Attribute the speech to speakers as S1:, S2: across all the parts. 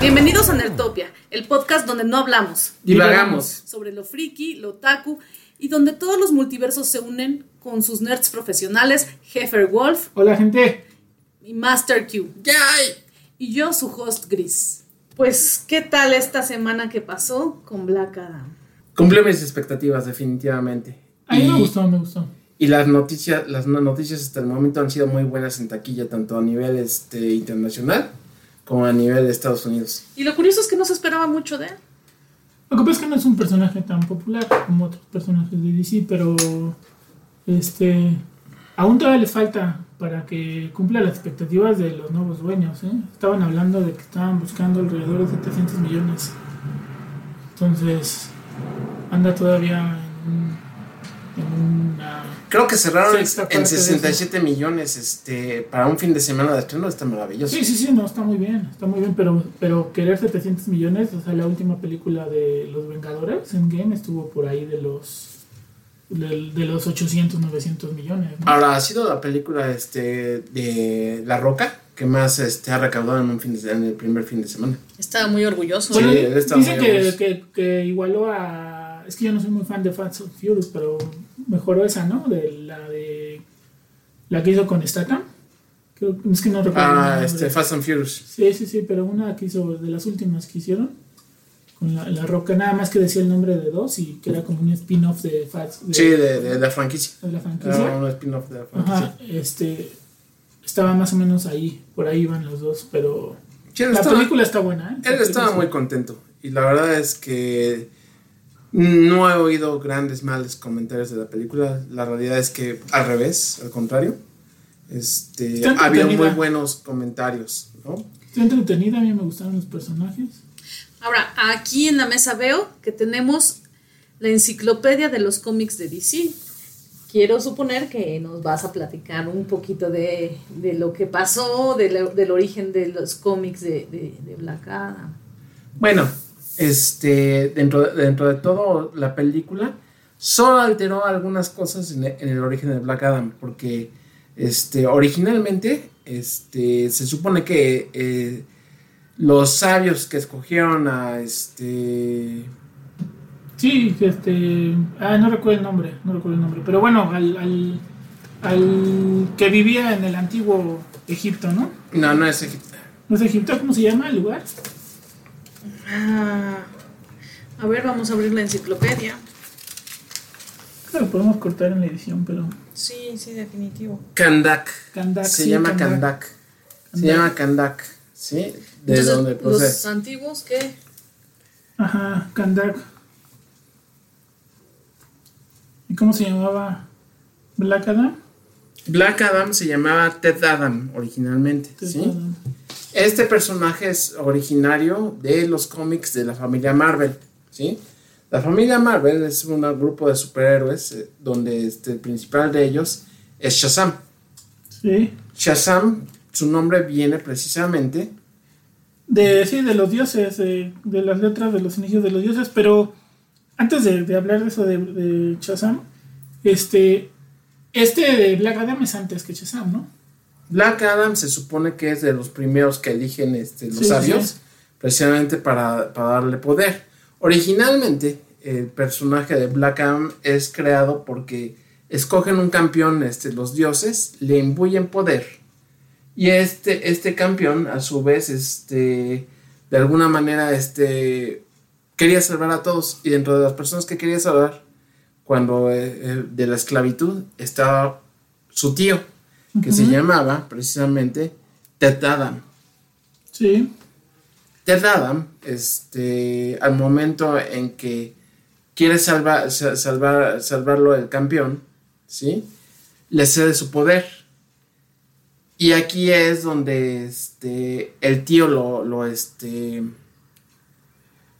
S1: Bienvenidos a Nertopia, el podcast donde no hablamos
S2: Divagamos.
S1: sobre lo friki, lo otaku y donde todos los multiversos se unen con sus nerds profesionales, Heifer Wolf
S3: Hola, gente.
S1: y Master Q. Y yo, su host Gris. Pues, ¿qué tal esta semana que pasó con Black Adam?
S2: Cumple mis expectativas, definitivamente.
S3: A mí me
S2: Y-
S3: gustó, me gustó.
S2: Y las noticias, las no- noticias hasta el momento han sido muy buenas en taquilla, tanto a nivel este, internacional como a nivel de Estados Unidos.
S1: Y lo curioso es que no se esperaba mucho de él.
S3: Lo que pasa es que no es un personaje tan popular como otros personajes de DC, pero este aún todavía le falta para que cumpla las expectativas de los nuevos dueños. ¿eh? Estaban hablando de que estaban buscando alrededor de 700 millones. Entonces anda todavía en, un- en una...
S2: Creo que cerraron
S3: Sexta parte
S2: en
S3: de
S2: 67 millones este, para un fin de semana de estreno, está maravilloso.
S3: Sí, sí, sí, no, está muy bien, está muy bien, pero, pero querer 700 millones, o sea, la última película de Los Vengadores en Game estuvo por ahí de los de, de los 800, 900 millones. ¿no?
S2: Ahora, ha sido la película este, de La Roca que más este, ha recaudado en, un fin de- en el primer fin de semana.
S1: Estaba muy orgulloso.
S3: Bueno,
S2: sí, él está
S3: dicen
S2: muy
S3: que,
S2: orgulloso.
S3: que, que igualó a... Es que yo no soy muy fan de Fast and Furious, pero mejoró esa, ¿no? De la de... La que hizo con Statham. Creo- es que no recuerdo. el
S2: Ah,
S3: nombre.
S2: este, Fast and Furious.
S3: Sí, sí, sí, pero una que hizo, de las últimas que hicieron, con la, la roca, nada más que decía el nombre de dos y que era como un spin-off de, Fast- de,
S2: Sí, Ah, de, de la franquicia.
S3: de la
S2: Era
S3: franquicia.
S2: un spin-off de la franquicia.
S3: Ajá, este, estaba más o menos ahí, por ahí iban los dos, pero
S2: Sí, él
S3: la
S2: estaba-
S3: película está buena, ¿eh? La
S2: Él
S3: película
S2: estaba
S3: está
S2: muy contento. Y la verdad es que no he oído grandes males comentarios de la película. La realidad es que al revés, al contrario. Este,
S3: Está
S2: ha habido muy
S3: entretenida.
S2: buenos comentarios, ¿no?
S3: Está entretenida, a mí me gustaron los personajes.
S1: Ahora, aquí en la mesa veo que tenemos la enciclopedia de los cómics de DC. Quiero suponer que nos vas a platicar un poquito de, de lo que pasó, de la- del origen de los cómics de, de, de Black Adam.
S2: Bueno, este, dentro, dentro de todo la película, solo alteró algunas cosas en, e- en el origen de Black Adam, porque este, originalmente este, se supone que eh, los sabios que escogieron a este...
S3: Sí, este. Ah, no recuerdo el nombre, no recuerdo el nombre. Pero bueno, al, al, al que vivía en el antiguo Egipto, ¿no?
S2: No, no es Egipto.
S3: ¿No es Egipto? ¿Cómo se llama el lugar?
S1: Ah, a ver, vamos a abrir la enciclopedia.
S3: Claro, podemos cortar en la edición, pero.
S1: Sí, sí, definitivo.
S2: Kandak.
S3: Kandak,
S2: se
S3: sí,
S2: llama
S3: Kandak.
S2: Kandak. Se llama Kandak, ¿sí? De Pues donde procede.
S1: antiguos que...
S3: Ajá, Kandak. ¿Y cómo se llamaba? Black Adam.
S2: Black Adam se llamaba Ted Adam originalmente, ¿sí? Este personaje es originario de los cómics de la familia Marvel, ¿sí? La familia Marvel es un grupo de superhéroes eh, donde este, el principal de ellos es Shazam.
S3: Sí.
S2: Shazam, su nombre viene precisamente...
S3: De, sí, de los dioses, de, de las letras de los inicios de los dioses, pero antes de, de hablar de eso de, de Shazam, este, este de Black Adam es antes que Shazam, ¿no?
S2: Black Adam se supone que es de los primeros que eligen este, los
S3: Sí, sí,
S2: sabios,
S3: sí.
S2: precisamente para, para darle poder. Originalmente, el personaje de Black Adam es creado porque escogen un campeón, este, los dioses, le imbuyen poder. Y este, este campeón, a su vez, este, de alguna manera, este, quería salvar a todos. Y dentro de las personas que quería salvar, cuando eh, eh, de la esclavitud, estaba su tío, que se
S3: Ujú.
S2: llamaba precisamente Ted Adam.
S3: Sí.
S2: Ted Adam, este, al momento en que quiere salva- sa- salvar, salvarlo el campeón, ¿sí? Le cede su poder. Y aquí es donde este, el tío lo, lo, este,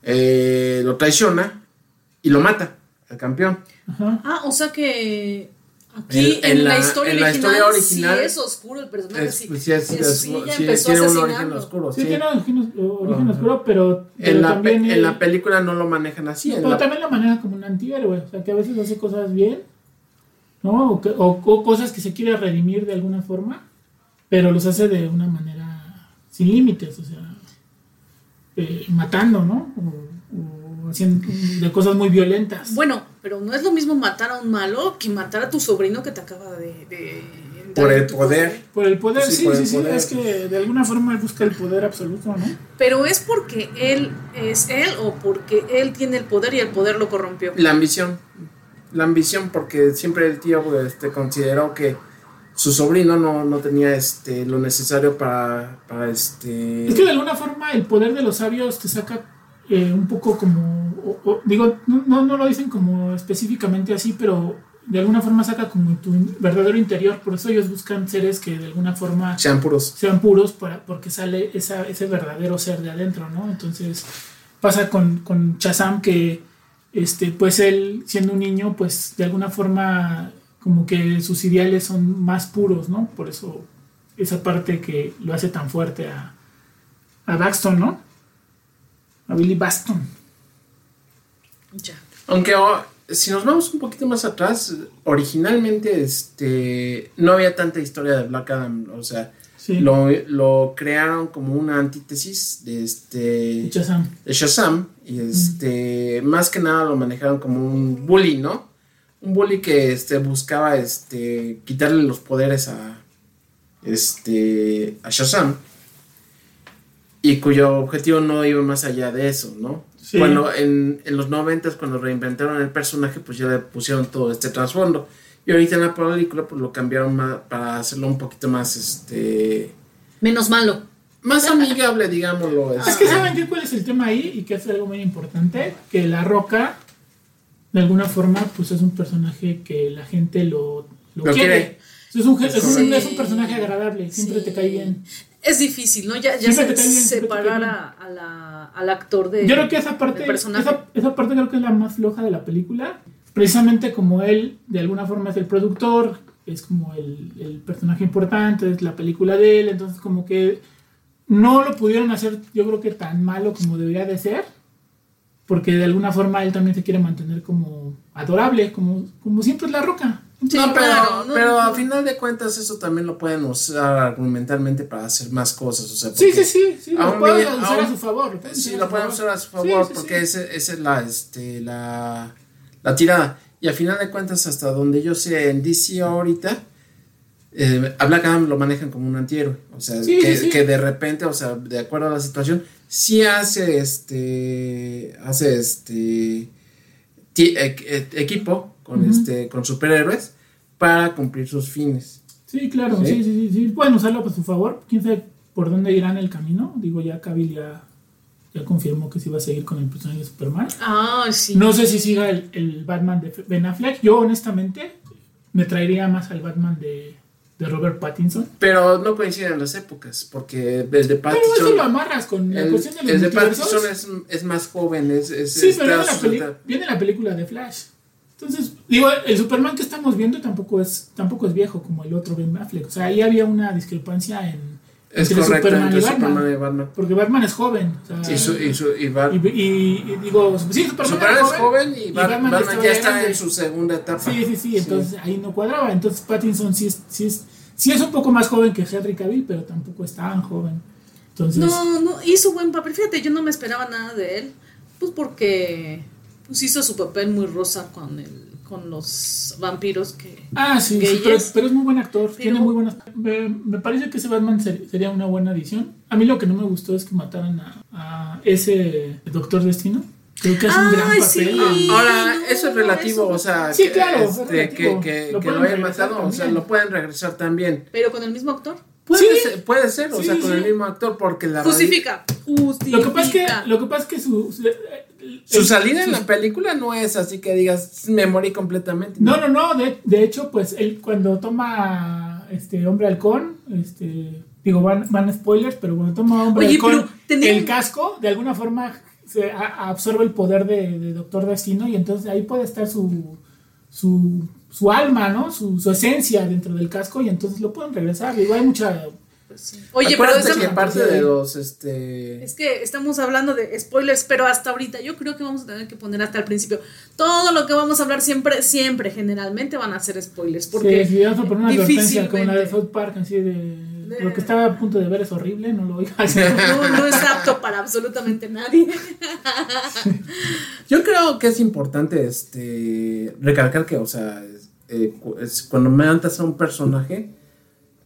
S2: eh, lo traiciona y lo mata al campeón.
S3: Ajá.
S1: Ah, o sea que aquí
S2: En-
S1: en,
S2: en
S1: la,
S2: la-
S1: historia
S2: en la
S1: original,
S2: historia original
S1: sí es oscuro el personaje.
S2: Es-
S1: pues
S2: pues,
S1: sí,
S2: sí, es-
S1: sí,
S2: es-
S1: sí, ya
S2: sí,
S1: empezó
S2: tiene un origen
S1: asesinando.
S2: oscuro.
S3: Sí,
S2: sí.
S3: tiene origen, origen
S2: Ajá.
S3: oscuro, pero, pero
S2: En, la, pe-
S3: también,
S2: en
S3: eh,
S2: la película no lo manejan así. en
S3: pero
S2: la-
S3: también la maneja como un antihéroe, o sea, que a veces hace cosas bien, ¿no? O, que- o- o cosas que se quiere redimir de alguna forma, pero los hace de una manera sin límites, o sea... eh, matando, ¿no? O, o haciendo de cosas muy violentas.
S1: Bueno, pero no es lo mismo matar a un malo que matar a tu sobrino que te acaba de. de
S2: Por
S1: dar
S2: el
S1: tu
S2: poder.
S3: Por el poder,
S2: Pues Sí,
S3: sí,
S2: por el
S3: sí, sí,
S2: poder. pues.
S3: es que de alguna forma él busca el poder absoluto, ¿no?
S1: Pero es porque él es él o porque él tiene el poder y el poder lo corrompió.
S2: La ambición. La ambición, porque siempre el tío este, consideró que su sobrino no, no tenía este, lo necesario para, para este.
S3: Es que de alguna forma el poder de los sabios te saca eh, un poco como, o- o- digo, no, no, no lo dicen como específicamente así, pero de alguna forma saca como tu in- verdadero interior, por eso ellos buscan seres que de alguna forma
S2: sean puros.
S3: sean puros para, porque sale esa, ese verdadero ser de adentro, ¿no? Entonces pasa con, con Shazam que, este, pues él siendo un niño, pues de alguna forma como que sus ideales son más puros, ¿no? Por eso esa parte que lo hace tan fuerte a, a Baxton, ¿no? A Billy Baston.
S1: Ya.
S2: Aunque oh, si nos vamos un poquito más atrás, originalmente este, no había tanta historia de Black Adam. O sea,
S3: Sí.
S2: lo, lo crearon como una antítesis de este.
S3: Shazam.
S2: de Shazam y este más que nada lo manejaron como un bully, ¿no? Un bully que este buscaba este quitarle los poderes a este a Shazam y cuyo objetivo no iba más allá de eso, ¿no?
S3: Sí.
S2: Bueno, en, en los noventas cuando reinventaron el personaje pues ya le pusieron todo este trasfondo y ahorita en la película pues lo cambiaron más para hacerlo un poquito más este
S1: Menos malo.
S2: más amigable, digámoslo.
S3: Es
S2: este.
S3: que saben qué cuál es el tema ahí y que es algo muy importante, que la roca de alguna forma pues es un personaje que la gente lo, lo
S2: Lo
S3: quiere.
S2: quiere.
S3: Es un, je- es un-
S1: Sí.
S3: es un personaje agradable, siempre
S1: Sí.
S3: te cae bien.
S1: Es difícil, ¿no? Ya, ya
S3: Siempre
S1: se
S3: te cae bien, siempre te cae
S1: separar
S3: bien.
S1: a, a la- al actor de.
S3: Yo creo que esa
S1: del
S3: parte,
S1: personaje.
S3: esa, esa parte creo que es la más floja de la película. Precisamente como él, de alguna forma, es el productor, es como el, el personaje importante, es la película de él, entonces como que no lo pudieron hacer, yo creo que tan malo como debería de ser, porque de alguna forma él también se quiere mantener como adorable, como, como siempre es la roca.
S1: Sí,
S2: no, pero,
S1: claro, no,
S2: pero
S1: no,
S2: a
S1: no.
S2: final de cuentas eso también lo pueden usar argumentalmente para hacer más cosas. O sea,
S3: Sí,
S2: porque-
S3: sí, sí, sí,
S2: a
S3: lo
S2: un
S3: pueden
S2: niño-
S3: usar
S2: a
S3: a
S2: un-
S3: su favor. lo pueden
S2: Sí,
S3: usar a
S2: lo
S3: su
S2: pueden
S3: favor.
S2: usar a su
S3: Sí,
S2: favor
S3: sí, sí.
S2: porque ese- esa es la, este, la, la tirada. Y a final de cuentas, hasta donde yo sé, en DC ahorita, eh, a Black Adam lo manejan como un antihéroe. O sea,
S3: Sí,
S2: que,
S3: sí, sí.
S2: que de repente, o sea, de acuerdo a la situación, sí hace este. hace este. ti- e- e- equipo con,
S3: Ujú.
S2: este, con superhéroes para cumplir sus fines.
S3: Sí, claro,
S2: ¿Sí?
S3: sí, sí, sí, sí. Pueden usarlo a su favor. Quién sabe por dónde irán el camino. Digo, ya Cavill ya, ya confirmó que se iba a seguir con el personaje de Superman.
S1: Ah, sí.
S3: No sé si siga el, el Batman de Ben Affleck. Yo, honestamente, me traería más al Batman de, de Robert Pattinson.
S2: Pero no coinciden las épocas, porque el de
S3: Pero eso lo
S2: Pattinson.
S3: amarras con la
S2: El,
S3: cuestión de los
S2: el de
S3: multiversos.
S2: Pattinson es, este, es más joven, es, es-
S3: Sí,
S2: está
S3: pero viene la, peli-
S2: sustentado.
S3: viene la película de Flash. Entonces, digo, el Superman que estamos viendo tampoco es tampoco es viejo como el otro Ben Affleck. O sea, ahí había una discrepancia en
S2: Es
S3: entre
S2: correcto,
S3: Superman y
S2: entre
S3: Batman.
S2: Superman y Batman.
S3: Porque Batman es joven. o sea,
S2: Y, su, y, su, y Bat-
S3: y- y- y digo, sí, Superman,
S2: Superman
S3: era
S2: es joven y, Bat- Batman,
S3: estaba
S2: ya está
S3: grande.
S2: en su segunda etapa.
S3: Sí, sí, sí, entonces ahí no cuadraba. Entonces Pattinson sí es, sí, es, sí es un poco más joven que Henry Cavill, pero tampoco es tan joven. Entonces,
S1: No, no, hizo buen papel. Fíjate, yo no me esperaba nada de él. Pues porque pues hizo su papel muy rosa con el, con los vampiros que.
S3: ah, sí, sí,
S1: Gay
S3: pero,
S1: es.
S3: pero es muy buen actor. Tiene
S1: Pero-
S3: muy buenas. Me, me parece que ese Batman ser- sería una buena adición. A mí lo que no me gustó es que mataran a, a ese Doctor Destino. Creo que es un
S1: Ay,
S3: gran papel.
S1: sí.
S3: Ah,
S2: Ahora,
S1: no,
S2: eso es relativo,
S1: eso-
S2: o sea,
S3: Sí,
S2: que,
S3: claro, es
S2: este, que,
S3: relativo.
S2: que, que
S3: Lo
S2: lo
S3: pueden
S2: hayan
S3: regresar
S2: matado, o sea,
S3: también.
S2: lo pueden regresar también.
S1: Pero con el mismo actor.
S2: Puede,
S3: Sí.
S2: ser, puede ser, o
S3: Sí,
S2: sea, con
S3: sí.
S2: el mismo actor, porque la
S1: Justifica. Justifica.
S3: Lo que pasa es que, lo que, pasa es que su, su, eh,
S2: su
S3: el-
S2: salida en
S3: sus-
S2: la película no es así que digas, me morí completamente.
S3: No, no, no. De, de hecho, pues él cuando toma este hombre halcón, este, digo, van, van spoilers, pero cuando toma hombre
S1: Oye,
S3: halcón,
S1: pero tenía-
S3: el casco, de alguna forma se a- absorbe el poder de, de Doctor Destino y entonces ahí puede estar su, su, su alma, ¿no? Su, su esencia dentro del casco y entonces lo pueden regresar. Digo, hay mucha...
S1: Pues sí. Oye, pero
S2: Acuérdate
S1: esa-
S2: que parte
S3: Sí.
S2: de los, este...
S1: Es que estamos hablando de spoilers, pero hasta ahorita yo creo que vamos a tener que poner hasta el principio. Todo lo que vamos a hablar siempre, siempre, generalmente van a ser spoilers. Porque
S3: se- se llevan a poner una advertencia como la de
S1: difícilmente. Eh.
S3: South Park, así de... Lo que estaba a punto de ver es horrible, no lo oigas.
S1: No, no es apto para absolutamente nadie.
S2: Yo creo que es importante este recalcar que, o sea, es- eh, cu- es cuando me a un personaje,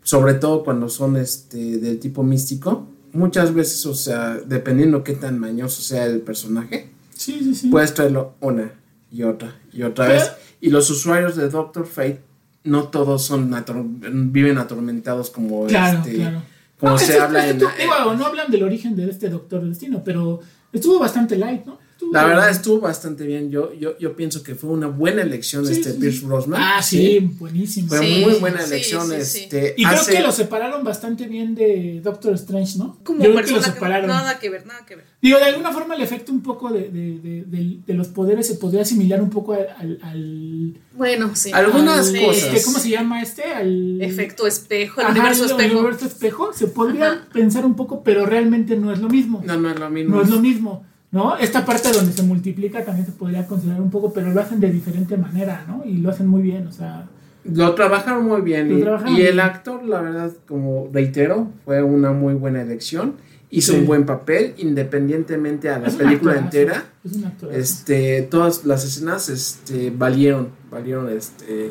S2: sobre todo cuando son este del tipo místico, muchas veces, o sea, dependiendo qué tan mañoso sea el personaje,
S3: Sí, sí, sí.
S2: puedes traerlo una y otra y otra
S3: Pero-
S2: vez. Y los usuarios de Doctor Fate no todos son ator- viven atormentados como
S3: claro,
S2: este
S3: claro.
S2: como
S3: No,
S2: se
S3: esto-
S2: habla en
S3: esto- digo, no hablan del origen de este Doctor Destino, pero estuvo bastante light, ¿no? Estuvo-
S2: La verdad estuvo bastante bien. Yo, yo, yo pienso que fue una buena elección
S3: Sí,
S2: este
S3: sí,
S2: Pierce
S3: sí.
S2: Brosnan.
S3: Ah, sí, buenísimo.
S2: Fue
S1: Sí,
S2: muy buena
S1: sí,
S2: elección.
S1: sí, sí.
S2: este,
S3: Y
S2: hace-
S3: creo que lo separaron bastante bien de Doctor Strange, ¿no?
S1: Como
S3: Yo creo que lo
S1: persona que-
S3: separaron.
S1: nada que ver, nada que ver.
S3: Digo, de alguna forma el efecto un poco de, de- de- del- de los poderes se podría asimilar un poco al... al, al-
S1: Bueno, sí.
S2: Algunas
S1: Sí.
S2: cosas.
S3: este, ¿Cómo se llama este? Al...
S1: Efecto espejo, el
S3: Ajá,
S1: universo
S3: el
S1: espejo.
S3: universo espejo. Se podría
S1: Ajá.
S3: pensar un poco, pero realmente no es lo mismo.
S2: No, no es lo mismo.
S3: no es lo mismo, ¿no? Esta parte donde se multiplica también se podría considerar un poco, pero lo hacen de diferente manera, ¿no? Y lo hacen muy bien, o sea,
S2: Lo trabajaron muy bien.
S3: Lo
S2: y,
S3: trabajaron
S2: y
S3: bien.
S2: el actor, la verdad, como reitero, fue una muy buena elección. Hizo
S3: Sí.
S2: un buen papel, independientemente a la
S3: es un
S2: película
S3: actorazo,
S2: entera.
S3: Es un actor.
S2: Este, todas las escenas este, valieron, valieron este,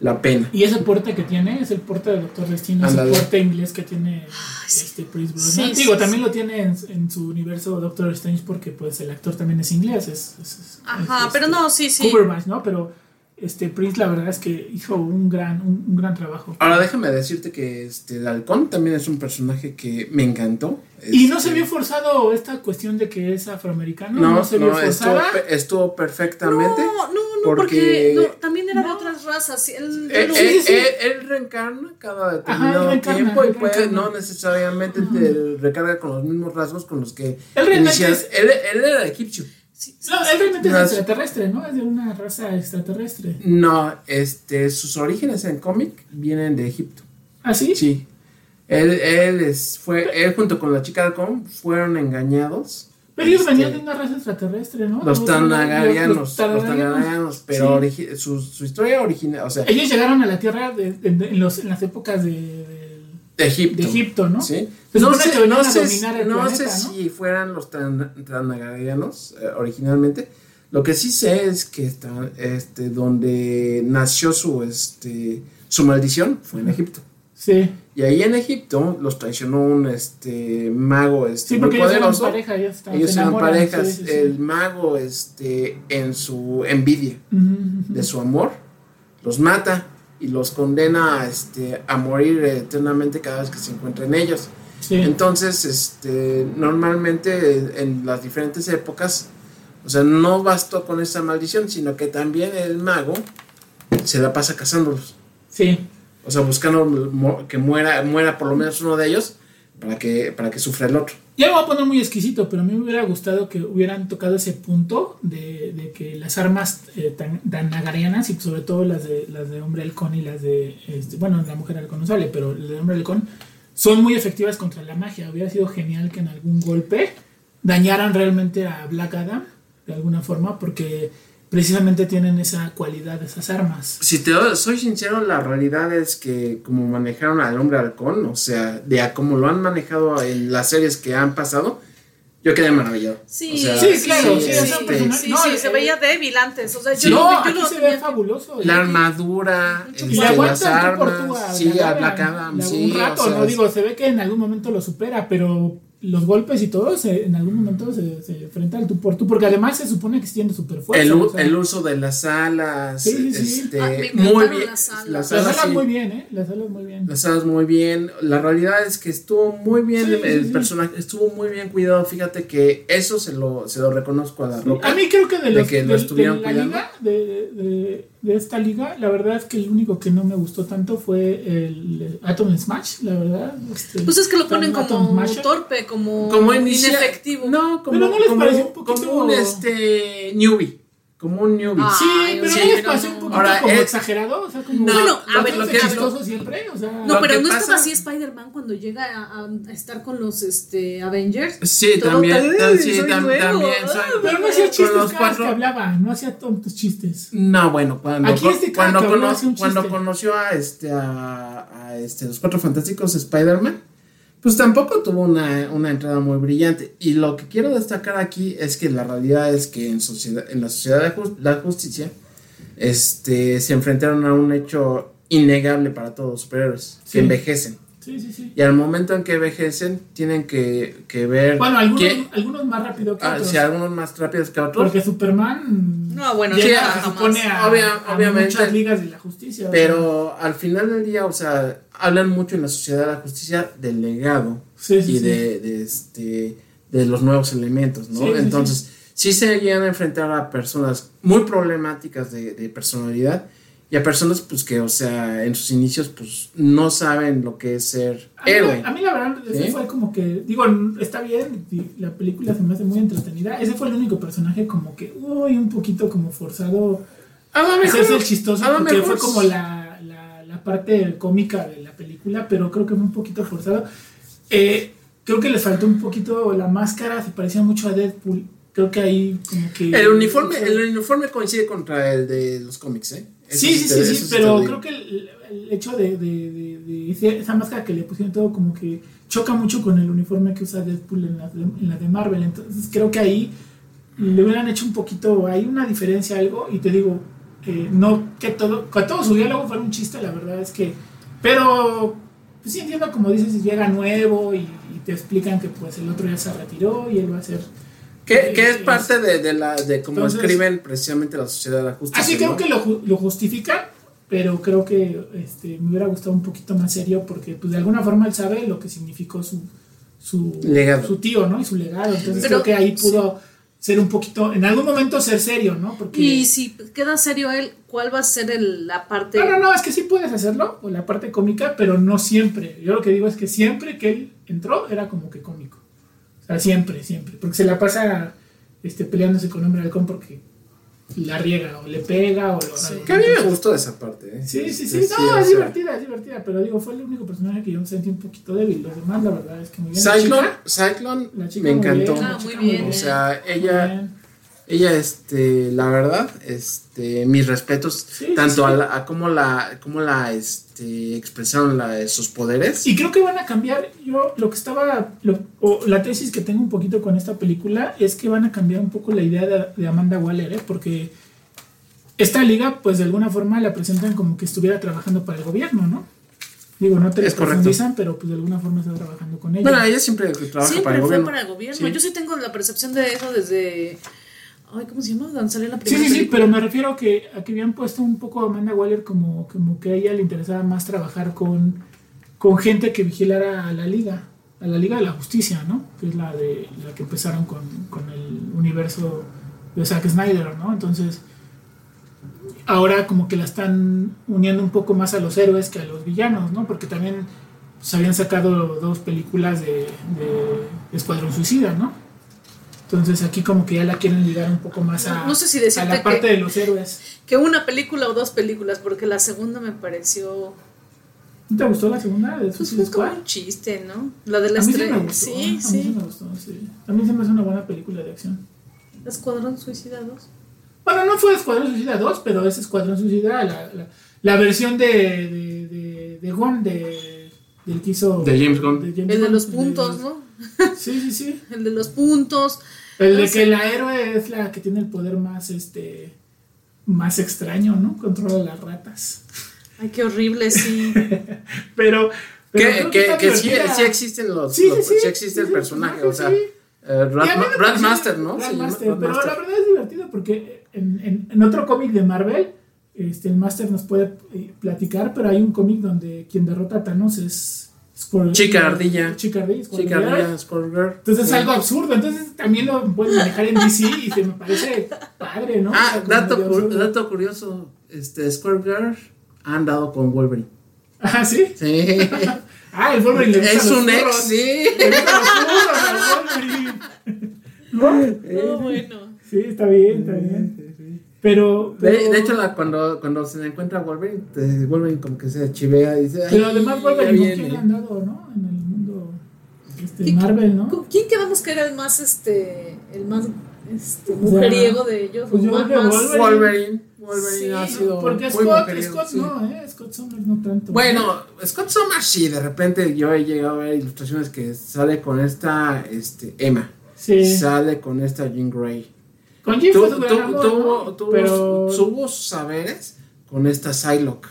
S2: la pena.
S3: Y ese porte que tiene es el porte de Doctor Destino, ese
S2: Ándale.
S3: porte inglés que tiene
S1: Ah, sí.
S3: este Pierce
S1: Sí,
S3: Brosnan.
S1: sí,
S3: Digo,
S1: sí.
S3: también lo tiene en, en su universo Doctor Strange porque pues el actor también es inglés, es, es- es-
S1: Ajá,
S3: es,
S1: pero
S3: este,
S1: no, sí, sí.
S3: Cumberbatch, ¿no? Pero este Prince la verdad es que hizo un gran un, un gran trabajo.
S2: Ahora déjame decirte que este, el halcón también es un personaje que me encantó.
S3: Y no se
S2: Este,
S3: vio forzado esta cuestión de que es afroamericano, no,
S2: No,
S3: se vio
S2: no, estuvo,
S3: forzada.
S2: pe- estuvo perfectamente. Eh,
S1: No, no, no,
S2: porque-
S1: porque, no, también era de
S3: No.
S1: otras razas. sí, el-
S2: Eh,
S1: pero-
S2: eh,
S3: Sí, sí.
S2: eh, Él, reencarna cada determinado
S3: Ajá, reencarna,
S2: tiempo y puede,
S3: reencarna.
S2: no necesariamente te recarga con los mismos rasgos con los que
S3: Él realmente
S2: inicias.
S3: es-
S2: Él, él era egipcio.
S1: sí, sí,
S3: No, él realmente es
S2: Las-
S3: extraterrestre, ¿no? Es de una raza extraterrestre.
S2: No, este, sus orígenes en cómic vienen de Egipto.
S3: ¿Ah, sí?
S2: Sí. Él, él es, fue, él junto con la chica de Com fueron engañados.
S3: Pero ellos
S2: Este,
S3: venían de una raza extraterrestre, ¿no?
S2: Los
S3: O sea,
S2: tanagarianos, los
S3: tanagarianos.
S2: tanagarianos, pero origi- su, su historia original, o sea,
S3: Ellos llegaron a la Tierra de- de- de- en, los, en las épocas de, del-
S2: de Egipto.
S3: de Egipto, ¿no?
S2: Sí.
S3: Se
S2: No
S3: supone que
S2: sé,
S3: venían
S2: no
S3: a
S2: sé,
S3: dominar el
S2: no
S3: planeta,
S2: sé
S3: ¿no?
S2: si fueran los tan- tranagarianos eh, originalmente. Lo que sí sé es que está, este, donde nació su, este, su maldición fue en Egipto.
S3: Sí,
S2: Y ahí en Egipto los traicionó un este, mago este,
S3: sí,
S2: muy
S3: porque ellos eran
S2: poderoso.
S3: pareja, ellos estaban
S2: Ellos
S3: se
S2: eran
S3: enamoran,
S2: parejas.
S3: sí, sí, sí.
S2: El mago, este, en su envidia
S3: Ujú, ujú.
S2: de su amor, los mata y los condena este, a morir eternamente cada vez que se encuentren ellos.
S3: Sí.
S2: Entonces, este, normalmente en- en las diferentes épocas, o sea, no bastó con esa maldición, sino que también el mago se la pasa cazándolos.
S3: sí.
S2: O sea, buscando mu- que muera, muera por lo menos uno de ellos para que, para que sufra el otro.
S3: Ya me voy a poner muy exquisito, pero a mí me hubiera gustado que hubieran tocado ese punto de, de que las armas eh, tan, danagarianas y sobre todo las de, las de hombre halcón y las de, este, bueno, la mujer halcón no sale, pero las de hombre halcón son muy efectivas contra la magia. Hubiera sido genial que en algún golpe dañaran realmente a Black Adam de alguna forma porque precisamente tienen esa cualidad, esas armas.
S2: Si te soy sincero, la realidad es que como manejaron al hombre halcón, o sea, de a cómo lo han manejado en las series que han pasado, yo quedé maravillado.
S1: Sí,
S2: O sea, este,
S3: Sí, claro,
S1: sí,
S3: sí, es un
S1: sí,
S3: personaje-
S1: sí,
S3: no,
S1: sí,
S3: el-
S1: se veía débil antes. O sea, yo
S2: Sí.
S1: no,
S3: no,
S1: yo
S3: aquí
S1: no
S3: se ve
S1: tenía-
S3: fabuloso.
S2: La armadura,
S1: Y
S2: este,
S3: Y aguanta
S2: las
S3: tú por tú
S2: armas, sí,
S3: Black
S2: a
S3: Adam,
S2: Black Adam,
S3: la-
S2: sí,
S3: Un rato,
S2: o sea,
S3: no digo, se ve que en algún momento lo supera, pero los golpes y todo se- en algún momento se, se enfrenta al tú por tú, porque además se supone que tiene super fuerza.
S2: el, u-
S3: o sea,
S2: el uso de las alas,
S3: Sí, sí, sí.
S2: este,
S1: Ah, me
S2: muy
S1: encantaron
S2: bien,
S1: las alas.
S2: las
S3: las
S2: alas,
S3: alas
S2: sí,
S3: muy bien, ¿eh? Las alas muy bien.
S2: las alas muy bien, la realidad es que estuvo muy bien
S3: Sí,
S2: el
S3: sí, sí.
S2: personaje, estuvo muy bien cuidado, fíjate que eso se lo, se lo reconozco a la roca.
S3: A mí creo que de,
S2: de
S3: los,
S2: que lo
S3: de- de
S2: estuvieron
S3: la
S2: cuidando.
S3: liga, de, de- de esta liga, la verdad es que el único que no me gustó tanto fue el eh, Atom Smash, la verdad. este,
S1: Pues es que lo ponen
S3: Atom
S1: como
S3: Smasher.
S1: torpe, como,
S2: como inicia-
S1: inefectivo.
S2: No, como,
S3: Pero no les
S2: como-
S3: pareció un poquito-
S2: como un este newbie. Como un newbie.
S1: Ah,
S3: Sí,
S1: Ay,
S3: pero
S1: sí,
S3: no les
S1: pero
S3: pasó
S1: no.
S3: un poquito
S2: Ahora,
S3: como
S2: eh,
S3: exagerado, o sea, como
S2: no,
S1: Bueno, a ver,
S2: Ah, lo
S3: lo
S2: que-
S3: que chistoso siempre, o sea,
S2: Lo
S1: No, pero
S2: que
S1: no
S2: pasa-
S1: estaba así Spider-Man cuando llega a, a- a estar con los este, Avengers.
S2: Sí,
S1: Todo
S2: también.
S1: tan-
S2: tam- sí,
S1: soy
S2: tam-
S1: nuevo.
S2: también soy-
S1: Ah,
S3: pero no hacía
S1: Con
S3: chistes cada
S2: los
S3: vez
S2: cuatro-
S3: que hablaba, no hacía tontos chistes.
S2: No, bueno, cuando,
S3: Aquí es de cada
S2: cuando,
S3: cabrón
S2: cono-
S3: hace un
S2: cuando
S3: chiste.
S2: conoció a este a, a, este los cuatro fantásticos Spider-Man, pues tampoco tuvo una, una entrada muy brillante. Y lo que quiero destacar aquí es que la realidad es que en, sociedad, en la sociedad de jus- la justicia este, se enfrentaron a un hecho innegable para todos los superhéroes,
S3: Sí.
S2: que envejecen.
S3: Sí, sí, sí.
S2: Y al momento en que envejecen, tienen que, que ver
S3: Bueno, algunos,
S2: quién-
S3: algunos más rápido que
S2: ah,
S3: otros.
S2: si algunos más rápidos que otros.
S3: porque Superman
S1: No, bueno,
S2: Sí,
S3: llega,
S2: ah,
S3: se
S1: jamás.
S3: supone a,
S2: Obvia-
S3: a
S2: obviamente.
S3: muchas ligas de la justicia. o
S2: Pero al final del día, o sea, hablan mucho en la sociedad de la justicia del legado
S3: sea. Sí, sí,
S2: y
S3: sí.
S2: de, de, este, de los nuevos elementos, ¿no?
S3: Sí, sí,
S2: Entonces, sí. se llegan a enfrentar a personas muy problemáticas de, de personalidad y a personas, pues, que, o sea, en sus inicios, pues, no saben lo que es ser
S3: A mí,
S2: héroe.
S3: la- a mí la verdad, ese
S2: ¿Sí?
S3: fue como que, digo, n- está bien, y la película se me hace muy entretenida. Ese fue el único personaje como que, uy, un poquito como forzado.
S2: A lo
S3: Hacerse el chistoso,
S2: a lo
S3: porque
S2: mejor
S3: fue como la, la, la parte cómica de la película, pero creo que fue un poquito forzado. Eh, creo que les faltó un poquito la máscara, se parecía mucho a Deadpool. Creo que ahí como que...
S2: El uniforme,
S3: o sea,
S2: el uniforme coincide contra el de los cómics, ¿eh? Eso
S3: Sí, sí,
S2: te-
S3: sí, sí,
S2: eso te lo
S3: pero
S2: digo.
S3: creo que el, el hecho de, de- de- de ese- esa máscara que le pusieron todo como que choca mucho con el uniforme que usa Deadpool en la, de- en la de Marvel. Entonces creo que ahí le hubieran hecho un poquito, hay una diferencia, algo, y te digo, eh, no que todo, que todo su diálogo fuera un chiste, la verdad es que, pero pues sí entiendo como dices, llega nuevo y, y te explican que pues el otro ya se retiró y él va a ser...
S2: Que, que es
S3: Sí,
S2: parte de, de la de cómo
S3: Entonces-
S2: escriben precisamente la sociedad de la justicia.
S3: Así creo
S2: ¿no?
S3: que lo, ju- lo justifica, pero creo que este, me hubiera gustado un poquito más serio porque pues de alguna forma él sabe lo que significó su, su,
S2: Legado.
S3: su tío, ¿no? Y su legado. Entonces
S1: Pero-
S3: creo que ahí pudo ser un poquito, en algún momento ser serio, ¿no? Porque...
S1: Y si queda serio él, ¿cuál va a ser el- la parte?
S3: No, no, no, es que sí puedes hacerlo, o la parte cómica, pero no siempre. Yo lo que digo es que siempre que él entró era como que cómico. O sea, siempre, siempre. Porque se la pasa este, peleándose con Hombre Halcón porque la riega o le pega o lo...
S2: Que a mí me gustó esa parte. ¿eh?
S3: Sí, sí, sí.
S2: Este,
S3: No,
S2: o
S3: es
S2: sea,
S3: divertida, es divertida. Pero digo, fue el único personaje que yo me sentí un poquito débil. Los demás, la verdad, es que muy bien. La
S2: Cyclone,
S3: chica,
S2: Cyclone
S3: la chica
S2: me
S3: muy
S2: encantó.
S3: bien, la
S1: Ah, muy
S3: chica
S1: bien.
S2: O
S1: muy
S2: sea,
S3: muy
S2: ella,
S3: bien.
S2: ella, este, la verdad, este, mis respetos,
S3: Sí,
S2: tanto
S3: sí.
S2: a, la- a cómo la, cómo la, este, expresaron la, sus poderes.
S3: Y creo que van a cambiar. Yo lo que estaba. lo- o la tesis que tengo un poquito con esta película es que van a cambiar un poco la idea de, de Amanda Waller, ¿eh? Porque esta liga, pues de alguna forma la presentan como que estuviera trabajando para el gobierno, ¿no? Digo, no te lo
S2: Es correcto.
S3: profundizan, pero pues de alguna forma está trabajando con ella.
S2: Bueno, ella siempre trabaja
S1: Siempre
S2: para el
S1: fue
S2: gobierno.
S1: para el gobierno.
S2: Sí.
S1: Yo sí tengo la percepción de eso desde. Ay, ¿cómo se llama? Cuando salió la
S3: Sí,
S1: primera.
S3: sí, sí,
S1: película.
S3: pero me refiero a que, a que habían puesto un poco a Amanda Waller como, como que a ella le interesaba más trabajar con, con gente que vigilara a la liga, a la Liga de la Justicia, ¿no? Que es la, de, la que empezaron con, con el universo de Zack Snyder, ¿no? Entonces, ahora como que la están uniendo un poco más a los héroes que a los villanos, ¿no? Porque también se habían sacado dos películas de, de Escuadrón Suicida, ¿no? Entonces aquí como que ya la quieren ligar un poco más a,
S1: No- no sé si
S3: a
S1: decirte
S3: la
S1: que-
S3: parte de los héroes.
S1: Que una película o dos películas, porque la segunda me pareció.
S3: ¿No te gustó la segunda de
S1: Pues
S3: Suicide
S1: fue como
S3: Squad?
S1: un chiste, ¿no? La de
S3: A
S1: las
S3: mí sí me
S1: tres.
S3: gustó. ¿eh?
S1: Sí,
S3: a mí sí
S1: sí.
S3: me gustó, sí. También se me hace una buena película de acción.
S1: Escuadrón Suicida 2.
S3: Bueno, no fue Escuadrón Suicida 2, pero es Escuadrón Suicida, la, la, la versión de, de, de, de Gunn, de, del que hizo...
S2: De James Gunn.
S3: James
S1: El de
S3: Gunn,
S1: los puntos, ¿no?
S3: Sí, sí, sí.
S1: El de los puntos.
S3: El de
S1: Ah, sí.
S3: que la héroe es la que tiene el poder más, este... Más extraño, ¿no? Controla las ratas.
S1: Ay, qué horrible, sí.
S3: Pero... pero
S2: Que,
S3: creo
S2: que,
S3: está
S2: que sí,
S3: divertida.
S2: sí existen los,
S3: Sí, sí,
S2: los-
S3: sí.
S2: sí existe el
S3: Sí,
S2: personaje, o sea,
S3: sí.
S2: eh, Rat-
S3: Y a mí me pareció-
S2: Ratmaster, ¿no? Se llama
S3: Ratmaster, pero
S2: Ratmaster.
S3: la verdad es divertido porque en, en- en otro cómic de Marvel, este, el Master nos puede eh, platicar, pero hay un cómic donde quien derrota a Thanos es Squirrel-
S2: Chica Ardilla.
S3: Chica Ardilla, Squirrel
S2: Chica
S3: Girl.
S2: Ardilla, Squirrel Girl.
S3: Entonces es
S2: Sí.
S3: algo absurdo, entonces también lo pueden manejar en DC y se me parece padre, ¿no? O sea,
S2: Ah,
S3: como
S2: dato,
S3: medio
S2: cur-
S3: absurdo.
S2: dato curioso. Este, Square Girl ha andado con Wolverine.
S3: Ah, sí.
S2: Sí.
S3: Ah, el Wolverine le gusta
S2: es
S3: los
S2: un ex,
S3: furros.
S2: sí.
S3: Le gustan los furros al Wolverine. ¿No? Eh,
S1: No, bueno.
S3: Sí, está bien, está bien. Pero,
S2: Mm. De,
S3: pero-
S2: de hecho, la- cuando, cuando se le encuentra a Wolverine, te- Wolverine como que se chivea y dice.
S3: pero
S2: "Ay,
S3: además
S2: ya
S3: Wolverine con
S2: viene".
S3: quién han dado, ¿no? En el mundo este,
S1: ¿Qué-
S3: Marvel, ¿no?
S1: ¿Con ¿Quién quedamos que era el más, este, el más, este,
S3: O sea,
S1: mujeriego de ellos?
S3: pues yo
S1: Más-
S3: creo que
S1: más-
S3: Wolverine-
S2: Wolverine, Wolverine
S1: Sí,
S2: ha sido.
S3: Porque
S2: muy
S3: Scott,
S2: mujeriego,
S3: Scott
S2: sí.
S3: no, ¿eh? Scott Summers no tanto. ¿eh?
S2: Bueno, Scott Summers sí, de repente yo he llegado a ver ilustraciones que sale con esta este, Emma,
S3: Sí.
S2: sale con esta Jean Grey.
S3: Con Jim
S2: Tu-
S3: fue su
S2: tu-
S3: gran amor,
S2: tuvo,
S3: ¿no?
S2: tuvo
S3: pero
S2: su- tuvo sus saberes con esta Psylocke.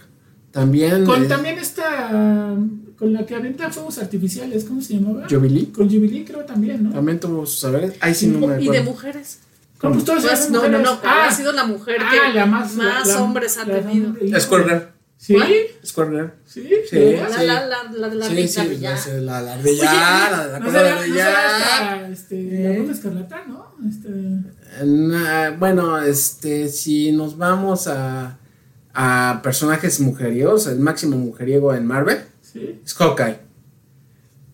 S2: También.
S3: con
S2: eh,
S3: también esta con la que avienta fuegos artificiales, ¿cómo se llamaba?
S2: Jubilee
S3: Con Jubilee creo también, ¿no?
S2: también tuvo sus saberes. Ahí sí no me
S1: y de
S2: acuerdo.
S1: mujeres.
S3: ¿Cómo pues todas
S1: Pues,
S3: esas
S1: no, no,
S3: mujeres-
S1: no, pero
S3: Ah,
S1: ha sido la mujer
S3: ah,
S1: que
S3: la más, la-
S1: más
S3: la-
S1: hombres ha
S3: la-
S1: tenido.
S2: Squirrel Girl,
S3: Sí,
S1: ¿Cuál?
S2: Squirrel Girl.
S3: sí,
S2: Sí.
S1: La,
S3: ¿verdad?
S1: la, la, la, la de la
S2: Sí,
S1: Rita
S2: sí,
S1: Villar.
S2: la- la la brillar, la de la
S3: No
S2: cola
S3: será,
S2: de
S3: no será
S2: brillar.
S3: esta, este,
S1: Eh.
S3: la bruja escarlata, ¿no? Este,
S2: Na- Bueno, este, si nos vamos a, a personajes mujeriegos, el máximo mujeriego en Marvel
S3: sí.
S2: es Hawkeye.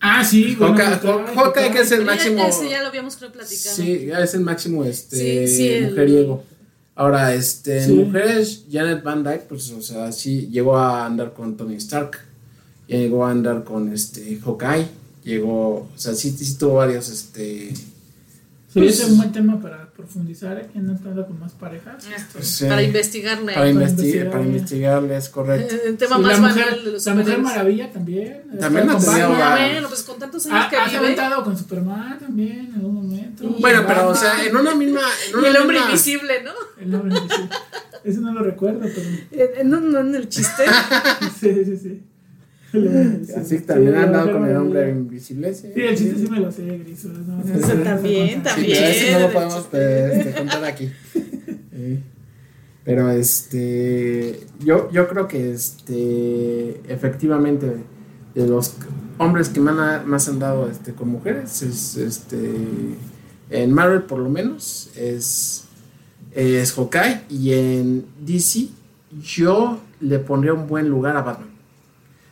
S3: Ah, sí, bueno,
S2: Hawkeye,
S3: pues,
S2: Haw-
S3: ay,
S2: Hawkeye, que es el
S1: Ya-
S2: máximo.
S1: Ese ya lo habíamos creo platicado.
S2: Sí, es el máximo este,
S1: Sí, sí, el-
S2: mujeriego. Ahora, este, en
S3: Sí.
S2: mujeres, Janet Van Dyke, pues, o sea, sí, llegó a andar con Tony Stark, llegó a andar con este Hawkeye, llegó, o sea, sí, sí tuvo varios, este,
S3: Sí,
S2: Pues-
S3: ese es un buen tema para profundizar. ¿eh? ¿Quién ha estado con más parejas?
S1: Ah,
S3: Este,
S2: Sí.
S1: Para investigarle.
S2: para, investi-
S3: investigar.
S2: para investigarles, correcto.
S1: Eh, El tema
S3: sí,
S1: más
S3: la mujer,
S1: banal de los
S3: la mujer
S1: superhéroes.
S3: maravilla también. eh,
S2: También la
S3: Está con
S2: tenía
S3: Batman.
S2: Batman.
S1: Bueno, pues con tantos años
S3: Ah,
S1: que
S3: ah, se ha
S1: vive.
S3: aventado con Superman también en algún momento.
S1: Y-
S2: Bueno, pero, o
S3: Batman,
S2: sea, en una misma. En
S1: Y
S2: una
S1: el hombre
S2: misma-
S1: invisible, ¿no?
S3: el hombre invisible. Eso no lo recuerdo, pero.
S1: Eh, eh, No, no, en el chiste.
S3: Sí, sí, sí. El hombre invisible.
S2: Así que también
S3: Sí,
S2: ha
S3: la
S2: andado
S3: mujer
S2: con el hombre
S3: maravilla.
S2: invisible. Sí,
S3: Sí, el chiste sí me lo sé, Gris. ¿no?
S2: Sí,
S1: O sea,
S2: sí,
S1: también,
S2: Sí,
S1: también.
S2: pero ese no lo
S1: el
S2: podemos
S1: chiste.
S2: eh, este, contar aquí. Eh, Pero este. Yo, yo creo que este. Efectivamente, de los hombres que más, ha- más han dado este, con mujeres, es este. En Marvel, por lo menos, es. Es Hawkeye. Y en DC, yo le pondría un buen lugar a Batman.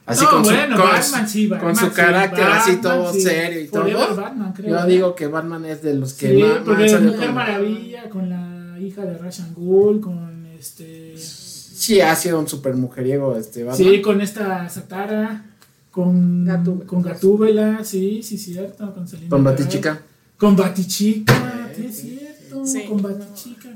S2: Así
S3: No,
S2: con su-
S3: Ah, bueno,
S2: con su,
S3: Batman, sí, Batman,
S2: con su
S3: sí,
S2: carácter así
S3: Batman,
S2: todo
S3: sí.
S2: serio y
S3: Forever
S2: todo.
S3: Batman, creo.
S2: Yo digo que Batman es de los que
S3: sí,
S2: ma- más,
S3: porque
S2: salió
S3: Mujer
S2: con-
S3: Maravilla con la hija de Rashan Ghoul, con este.
S2: Sí, ha sido un super mujeriego este Batman.
S3: Sí, con esta Satara, con
S1: Gatúbela.
S3: con Gatúbela, sí, sí, cierto, con Selena.
S2: Con
S3: Kyle.
S2: Batichica.
S3: Con Batichica, sí,
S2: Eh,
S3: es cierto,
S1: sí.
S3: con Batichica.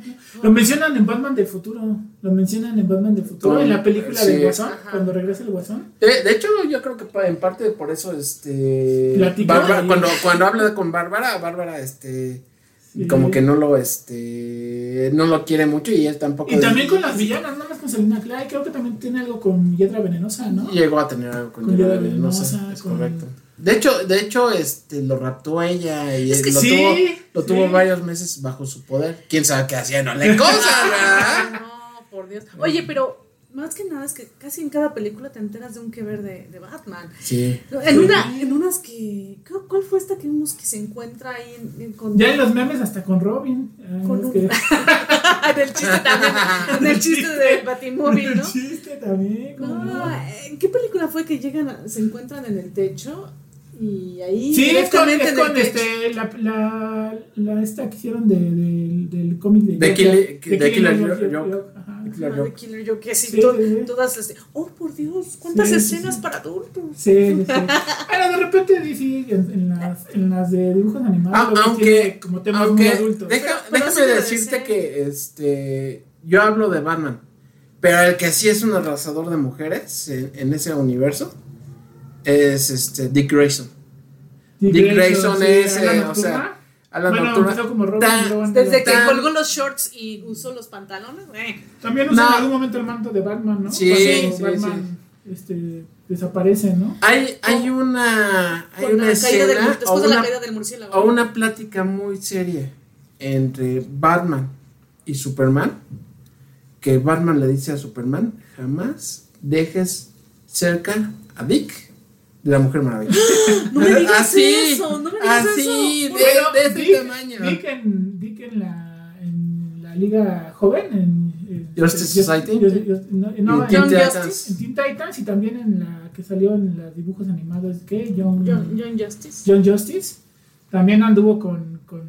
S3: Lo mencionan en Batman del futuro, lo mencionan en Batman del futuro,
S2: Con-
S3: en la película
S2: sí.
S3: del Guasón,
S1: Ajá.
S3: cuando regresa el Guasón.
S2: De, de hecho, yo creo que pa- en parte por eso, este.
S3: Platica
S2: Bárbara-
S3: de-
S2: cuando, cuando habla con Bárbara, Bárbara, este.
S3: Sí.
S2: Como que no lo, este. No lo quiere mucho y él tampoco.
S3: Y también con las villanas, no más con Selena Clyde, creo que también tiene algo con Hiedra Venenosa, ¿no?
S2: Llegó a tener algo con
S3: Con
S2: Yolanda
S3: Yolanda
S2: Venenosa,
S3: Venenosa,
S2: es
S3: con-
S2: correcto. De hecho, de hecho, este, lo raptó ella y
S3: Es que
S2: lo,
S3: sí,
S2: tuvo, lo
S3: sí.
S2: tuvo varios meses bajo su poder. Quién sabe qué haciéndole cosas, ¿verdad?
S1: No, por Dios. Oye, pero más que nada es que casi en cada película te enteras de un que ver de, de Batman.
S2: Sí.
S1: No, En, una, en unas que. ¿cu- ¿Cuál fue esta que vimos que se encuentra ahí en, en- con.
S3: Ya en los memes hasta con Robin. Ay,
S1: Con
S3: es
S1: un-
S3: que-
S1: en el chiste también. En el chiste de Batimóvil,
S3: el
S1: ¿no?
S3: chiste también. como no.
S1: No, ¿en qué película fue que llegan, a- se encuentran en el techo y ahí
S3: Sí, es con, es
S1: en el
S3: con
S1: techo?
S3: este, la, la, la esta que hicieron de, de- del cómic de,
S2: De
S3: Joker.
S2: Kill-
S3: De
S2: de Killer
S3: Killer
S2: Joke.
S3: Joke, Joke, ajá.
S1: Ah, de Killer Joke, que sí,
S3: Sí,
S1: to-
S3: sí, sí.
S1: todas las. de- Oh, por Dios, cuántas
S3: Sí, sí,
S1: escenas
S3: sí.
S1: para adultos.
S3: Sí, sí, sí. Pero de repente DC en, en las, en las de dibujos animados
S2: Ah,
S3: luego
S2: aunque-
S3: tiene como temas muy
S2: Aunque,
S3: adultos.
S2: deja-
S1: Pero
S2: déjame
S1: sí debe de
S2: decirte
S1: ser.
S2: que este yo hablo de Batman, pero el que sí es un arrasador de mujeres en, en ese universo es este Dick Grayson. Dick Grayson
S3: sí,
S2: es,
S3: Alan
S2: eh, o sea,
S3: Nocturna.
S2: Alan
S3: bueno,
S2: Nocturne-
S3: empezó como Robin,
S2: Tan-
S3: luego Alan
S1: Desde que
S2: Tan-
S1: colgó los shorts y usó los pantalones, eh.
S3: También usa en
S2: No.
S3: algún momento el manto de Batman, ¿no?
S2: Sí,
S3: Cuando
S2: sí,
S3: Batman este, desaparece, ¿no?
S2: Hay, hay una, hay
S1: Con
S2: una
S1: la caída del,
S2: escena
S1: mur- después
S2: o
S1: de la
S2: una,
S1: caída del murciélago.
S2: o una plática muy seria entre Batman y Superman, que Batman le dice a Superman, jamás dejes cerca a Dick de la Mujer Maravilla.
S1: No me digas
S2: así,
S1: eso, no me digas
S2: así,
S1: eso.
S2: Ah, de,
S3: Pero
S2: de este
S3: Dick-
S2: tamaño.
S3: Dick en, Dick en la, en la liga joven, en, en-
S2: Justice
S3: en-
S2: Society.
S3: Just- Just- no, no,
S2: Y
S3: en,
S2: Teen
S1: Young
S2: Titans.
S1: Justice.
S3: en Teen Titans y también en la que salió en los dibujos animados, ¿qué? John,
S1: John, John Justice.
S3: John Justice. También anduvo con, con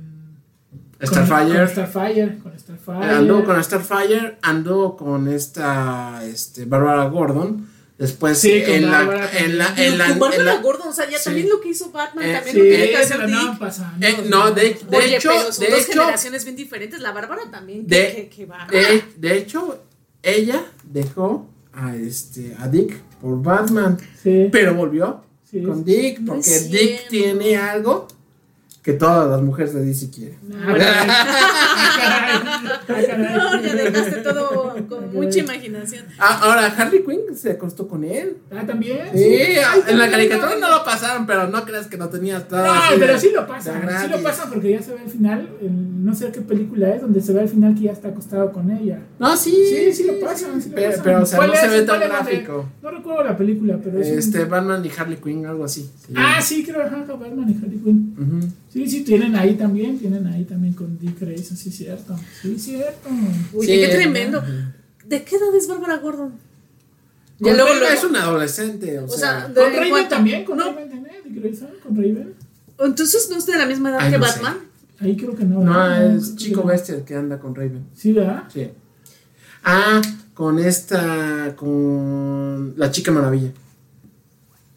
S2: Starfire. Eh,
S3: Con Starfire, con Starfire.
S2: Anduvo con Starfire, anduvo con esta este, Bárbara Gordon. Después
S3: Sí, con
S2: en, la,
S3: Bárbara
S2: en la.
S1: Y
S2: en la-
S1: con
S2: en
S1: Bárbara
S2: la-
S1: Gordon, o sea, ya
S2: sí.
S1: también lo que hizo Batman,
S2: Eh,
S1: también
S3: Sí,
S1: lo que tiene que
S3: se
S1: hacer
S3: la andaban
S1: Dick.
S3: pasando.
S2: Eh, no, de-
S1: De Oye,
S2: hecho-
S1: pero son
S2: de
S1: dos
S2: hecho-
S1: generaciones bien diferentes. La Bárbara también, que,
S2: De-
S1: que, que va.
S2: de, de hecho, ella dejó a, este, a Dick por Batman.
S3: Sí,
S2: Pero volvió
S3: sí.
S2: con Dick
S1: No es
S2: porque Dick
S1: cierto.
S2: tiene algo que todas las mujeres de DC quieren.
S3: Ah, caray. Ah, caray. Ah, caray.
S1: No, ya dejaste todo con mucha imaginación.
S2: Ah, ahora, Harley Quinn se acostó con él.
S3: Ah, también.
S2: Sí, en la caricatura no lo pasaron, pero no creas que no tenía todo.
S3: No,
S2: así de-
S3: Ah, pero sí lo
S2: de
S3: pasa. Sí
S2: gratis.
S3: lo pasa porque ya se ve al final, en- no sé qué película es, donde se ve al final que ya está acostado con ella.
S2: No, sí.
S3: Sí, sí lo pasan, sí lo
S2: pero,
S3: pasan.
S2: pero, o sea,
S3: ¿Cuál
S2: no se
S3: es?
S2: ve
S3: ¿Cuál
S2: tan
S3: es la de-
S2: gráfico.
S3: No recuerdo la película, pero es. un-
S2: Este, Batman y Harley Quinn, algo así. Sí.
S3: Ah, sí, creo ajá, Batman y Harley Quinn.
S2: Ujú.
S3: Sí, sí, tienen ahí también, tienen ahí también con Dick Grayson, sí, cierto. Sí, cierto.
S1: Uy,
S2: Sí,
S1: qué
S2: ¿no?
S1: tremendo. ¿De qué edad es Bárbara Gordon? Ya
S2: Con
S1: luego,
S2: Raven
S1: luego.
S2: es un adolescente, o,
S1: O
S2: sea.
S1: sea,
S3: ¿Con
S1: ¿De
S3: Raven
S1: cuánto?
S3: también? ¿Con
S1: No.
S3: Raven también? ¿Dick Grayson? ¿Con Raven?
S1: Entonces, ¿no es de la misma edad
S2: Ay,
S1: que
S2: no sé.
S1: Batman?
S3: Ahí creo que no.
S2: no,
S3: ¿verdad?
S2: es
S3: creo que
S2: chico
S3: no.
S2: bestia el que anda con Raven.
S3: Sí, ¿verdad?
S2: Sí. Ah, con esta. Con. La chica maravilla.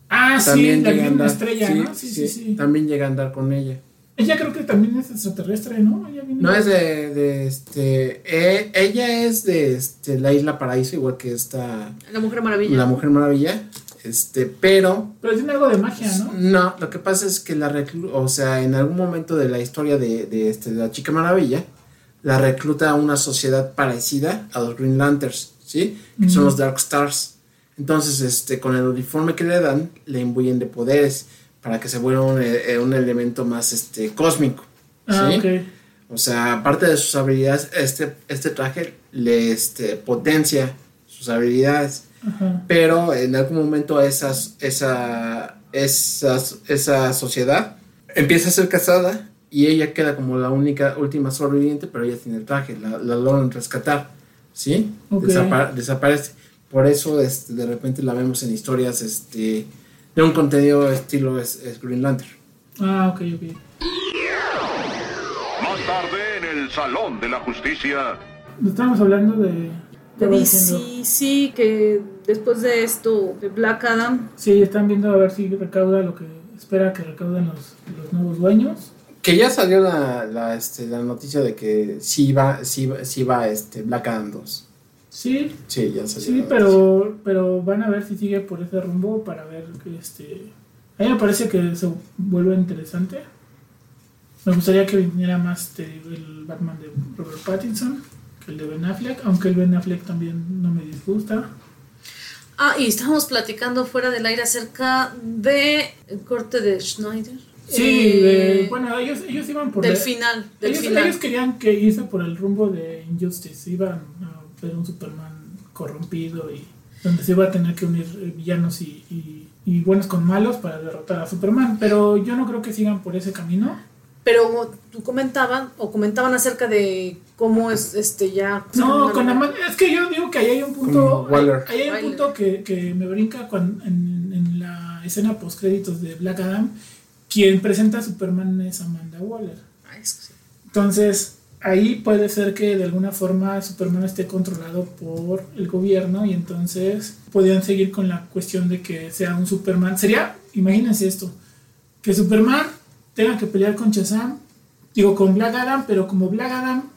S3: Ah, sí,
S2: llega
S3: la
S2: a
S3: misma
S2: andar-
S3: estrella,
S2: sí,
S3: ¿no? Sí, sí, sí.
S2: También llega a andar con ella.
S3: Ella creo que también es extraterrestre, ¿no? Ella viene
S2: No es de, de este. eh, ella es de este, la Isla Paraíso, igual que esta.
S1: La Mujer Maravilla.
S2: La Mujer Maravilla. Este, pero.
S3: Pero tiene algo de magia, ¿no?
S2: No, lo que pasa es que la reclu- o sea, en algún momento de la historia de, de, este, de la Chica Maravilla, la recluta a una sociedad parecida a los Green Lanterns, ¿sí? Que son
S3: Ujú.
S2: los Dark Stars. Entonces, este, con el uniforme que le dan, le imbuyen de poderes para que se vuelva un, eh, un elemento más este, cósmico.
S3: Ah,
S2: ¿sí?
S3: ok.
S2: O sea, aparte de sus habilidades, este, este traje le este, potencia sus habilidades
S3: Ajá.
S2: pero en algún momento esas, esa, esas- esa sociedad empieza a ser casada y ella queda como la única última sobreviviente, pero ella tiene el traje, la, la logran rescatar, ¿sí?
S3: Ok.
S2: Desapa- desaparece. Por eso este, de repente la vemos en historias este, de un contenido estilo es, es Green Lantern.
S3: Ah, ok, ok.
S4: Más tarde en el Salón de la Justicia.
S3: Estábamos hablando de. ¿qué
S1: De
S3: va diciendo?
S1: DC, sí, que después de esto, de Black Adam.
S3: Sí, están viendo a ver si recauda lo que espera que recauden los, los nuevos dueños.
S2: Que ya salió la, la, este, la noticia de que sí va, sí, va- sí va este, Black Adam 2.
S3: Sí,
S2: Sí, ya salió.
S3: sí,
S2: la noticia.
S3: pero, pero van a ver si sigue por ese rumbo para ver que este. A mí me parece que se vuelve interesante. Me gustaría que viniera más este, el Batman de Robert Pattinson que el de Ben Affleck, aunque el Ben Affleck también no me disgusta.
S1: Ah, y estábamos platicando fuera del aire acerca de el corte de Schneider.
S3: Sí,
S1: Eh,
S3: de- bueno, ellos, ellos iban por
S1: del
S3: la-
S1: final, del
S3: ellos,
S1: final.
S3: ellos querían que irse por el rumbo de Injustice, iban a ver un Superman corrompido y donde se iba a tener que unir eh, villanos y, y- y buenos con malos para derrotar a Superman, pero yo no creo que sigan por ese camino.
S1: Pero tú comentaban, o comentaban acerca de cómo es este ya.
S3: No, con la man- es que yo digo que ahí hay un punto,
S2: Como Waller.
S3: ahí hay un
S1: Waller.
S3: punto que, que me brinca cuan- en, en la escena post créditos de Black Adam, quien presenta a Superman es Amanda Waller.
S1: Ah, es que sí.
S3: Entonces, ahí puede ser que de alguna forma Superman esté controlado por el gobierno y entonces podrían seguir con la cuestión de que sea un Superman. Sería, imagínense esto, que Superman tenga que pelear con Shazam, digo con Black Adam, pero como Black Adam,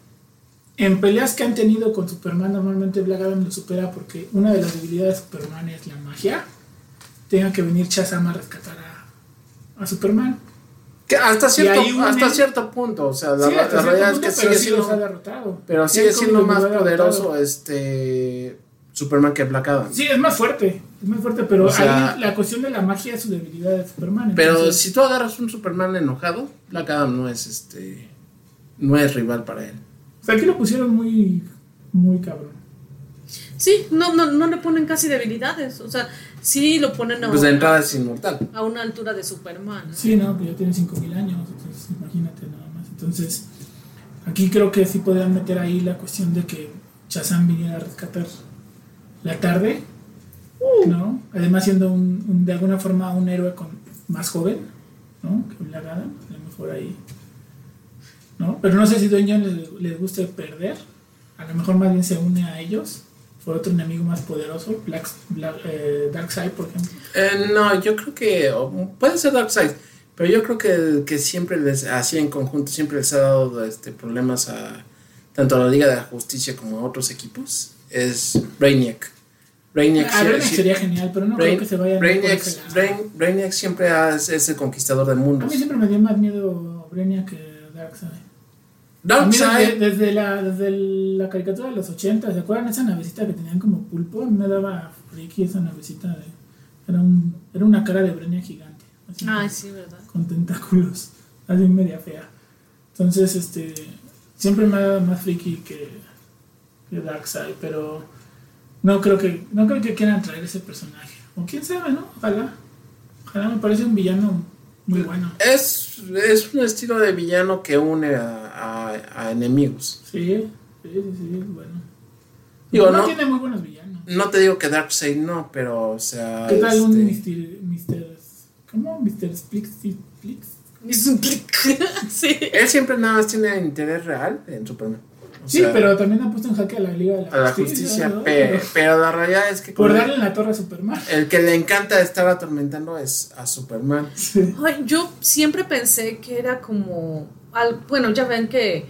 S3: en peleas que han tenido con Superman, normalmente Black Adam lo supera porque una de las debilidades de Superman es la magia, tenga que venir Shazam a rescatar a, a Superman.
S2: Que hasta cierto,
S3: ahí unen-
S2: hasta cierto punto, o sea, la,
S3: Sí,
S2: la
S3: hasta cierto
S2: realidad es
S3: punto,
S2: que
S3: pero
S2: sigue
S3: sí los ha
S2: siendo,
S3: derrotado.
S2: pero
S3: Sí,
S2: sigue
S3: es como
S2: siendo
S3: que
S2: más
S3: los ha derrotado.
S2: poderoso este Superman que Black Adam.
S3: Sí, es más fuerte, es más fuerte, pero
S2: O sea-
S3: ahí la cuestión de la magia es su debilidad de Superman.
S2: pero
S3: entonces-
S2: si tú agarras un Superman enojado, Black Adam no es este no es rival para él.
S3: o sea, aquí lo pusieron muy, muy cabrón.
S1: Sí, no, no, no le ponen casi debilidades. O sea, sí lo ponen a,
S2: Pues de entrada es inmortal.
S1: a una altura de Superman. ¿no?
S3: Sí, no, pues ya tiene 5000 años, entonces imagínate nada más. Entonces, aquí creo que sí podrían meter ahí la cuestión de que Shazam viniera a rescatar la tarde, ¿no? Además, siendo un, un- de alguna forma un héroe con, más joven, ¿no? Que Black Adam, a lo mejor ahí. ¿no? Pero no sé si Dueño les, les guste perder. A lo mejor más bien se une a ellos por otro enemigo más poderoso, Black, Black- eh, Darkseid, por ejemplo.
S2: Eh, no, yo creo que o, puede ser Darkseid, pero yo creo que, que siempre les, así en conjunto, siempre les ha dado este, problemas a tanto a la Liga de la Justicia como a otros equipos. Es Brainiac. Brainiac,
S3: A
S2: sí-
S3: Brainiac
S2: sí-
S3: sería genial, pero no creo
S2: Brain-
S3: que se vayan
S2: Brainiac,
S3: por ese lado.
S2: Brain- Brainiac siempre ha- es el conquistador de
S3: A
S2: mundos.
S3: mí siempre me dio más miedo Brainiac que Darkseid. A mí
S2: Darkseid
S3: desde, desde la, desde la caricatura de los 80, ¿se acuerdan esa navecita que tenían como pulpo? A mí me daba friki esa navecita. De, era, un, era una cara de Brainiac gigante. así,
S1: Ay, sí, ¿verdad?
S3: Con tentáculos. Así media fea. Entonces, este. Siempre me ha dado más friki que, que Darkseid, pero no creo que no creo que quieran traer ese personaje. O quién sabe, ¿no? Ojalá. Ojalá me parece un villano muy bueno.
S2: es, es un estilo de villano que une a, a- a enemigos.
S3: Sí, sí, sí, sí, bueno.
S2: Digo,
S3: no,
S2: no-
S3: tiene muy buenos villanos.
S2: No te digo que Darkseid no, pero o sea...
S3: ¿Qué tal un
S2: este,
S3: Mr. Mr. ¿Cómo? Mr. Splix- Splix?
S1: Es un clic. sí.
S2: Él siempre nada más tiene interés real en Superman. O
S3: Sí,
S2: sea,
S3: pero también ha puesto en jaque a la Liga de la
S2: A la
S3: Justicia.
S2: justicia,
S3: ¿no?
S2: pero, pero la realidad es que
S3: Por
S2: como
S3: darle en la torre a Superman.
S2: el que le encanta estar atormentando es a Superman.
S3: Sí.
S1: Ay, yo siempre pensé que era como. al- bueno, ya ven que,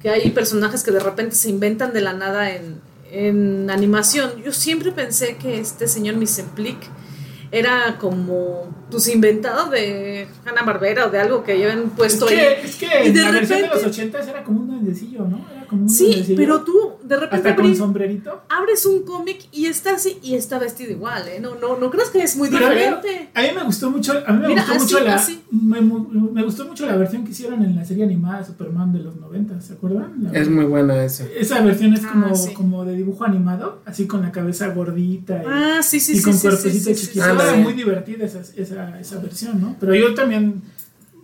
S1: que hay personajes que de repente se inventan de la nada en, en animación. Yo siempre pensé que este señor Misemplic era como pues inventado de Hanna Barbera o de algo que habían
S3: Es
S1: puesto
S3: que,
S1: ahí.
S3: es que
S1: Y de
S3: la versión de
S1: repente-
S3: los 80 era como un duendecillo, ¿no? Era como un
S1: Sí,
S3: duendecillo.
S1: pero tú de repente
S3: Hasta con
S1: abres-
S3: sombrerito.
S1: abres un cómic y está así y está vestido igual, ¿eh? No, no, no crees que es muy
S3: Pero a mí-
S1: diferente.
S3: A mí me gustó mucho, a mí me
S1: Mira,
S3: gustó
S1: así,
S3: mucho la
S1: así.
S3: me, mu- me gustó mucho la versión que hicieron en la serie animada de Superman de los 90, ¿se acuerdan? La-
S2: Es muy bueno ese.
S3: Esa versión es
S1: Ah,
S3: como,
S1: sí.
S3: como de dibujo animado, así con la cabeza gordita y,
S1: Ah, sí, sí,
S3: y
S1: sí.
S3: con
S1: sí, sí,
S3: cuerpecito
S1: sí, sí,
S3: chiquito.
S1: sí,
S2: Ah,
S3: Era
S2: sí.
S3: muy divertida esa, esa, esa versión, ¿no? Pero yo también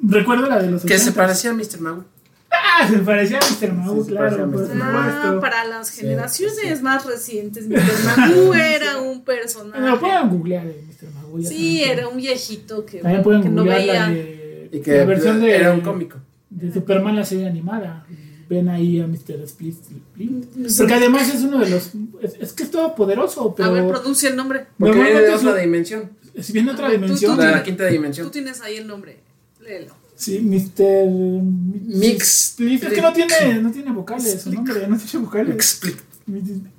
S3: recuerdo la de los
S2: Que se
S3: 80.
S2: parecía a Mr. Mago.
S3: Ah, se parecía a Mr. Mau,
S2: Sí, se
S3: claro.
S2: parecía a
S3: por
S2: Mr. Mau.
S1: Ah,
S3: supuesto.
S1: para las
S2: Sí,
S1: generaciones
S2: sí, sí.
S1: más recientes, Mr. Magoo era un
S3: Me lo
S1: personaje.
S3: pueden googlear, eh, Mr. Mau. ya
S1: Sí,
S3: saben.
S1: era un viejito que,
S3: También pueden
S1: que no
S3: googlear la
S1: veía.
S3: de,
S2: Y que pues,
S3: la versión de,
S2: era un cómico.
S3: de Superman, la serie animada. Ven ahí a Mr. Split. Split. Porque además es uno de los. Es, es que es todo poderoso,
S1: A
S3: pero.
S1: ver, pronuncia el nombre.
S2: Porque viene de
S3: normalmente es
S2: otra
S3: un-
S2: dimensión.
S3: es bien otra
S1: Tú- tú
S3: dimensión.
S2: De la quinta dimensión.
S1: Tú tienes ahí el nombre. Léelo.
S3: Sí, Mr. Mix.
S2: Mix.
S3: Es que no tiene, no tiene vocales su nombre, no tiene vocales.
S2: Explica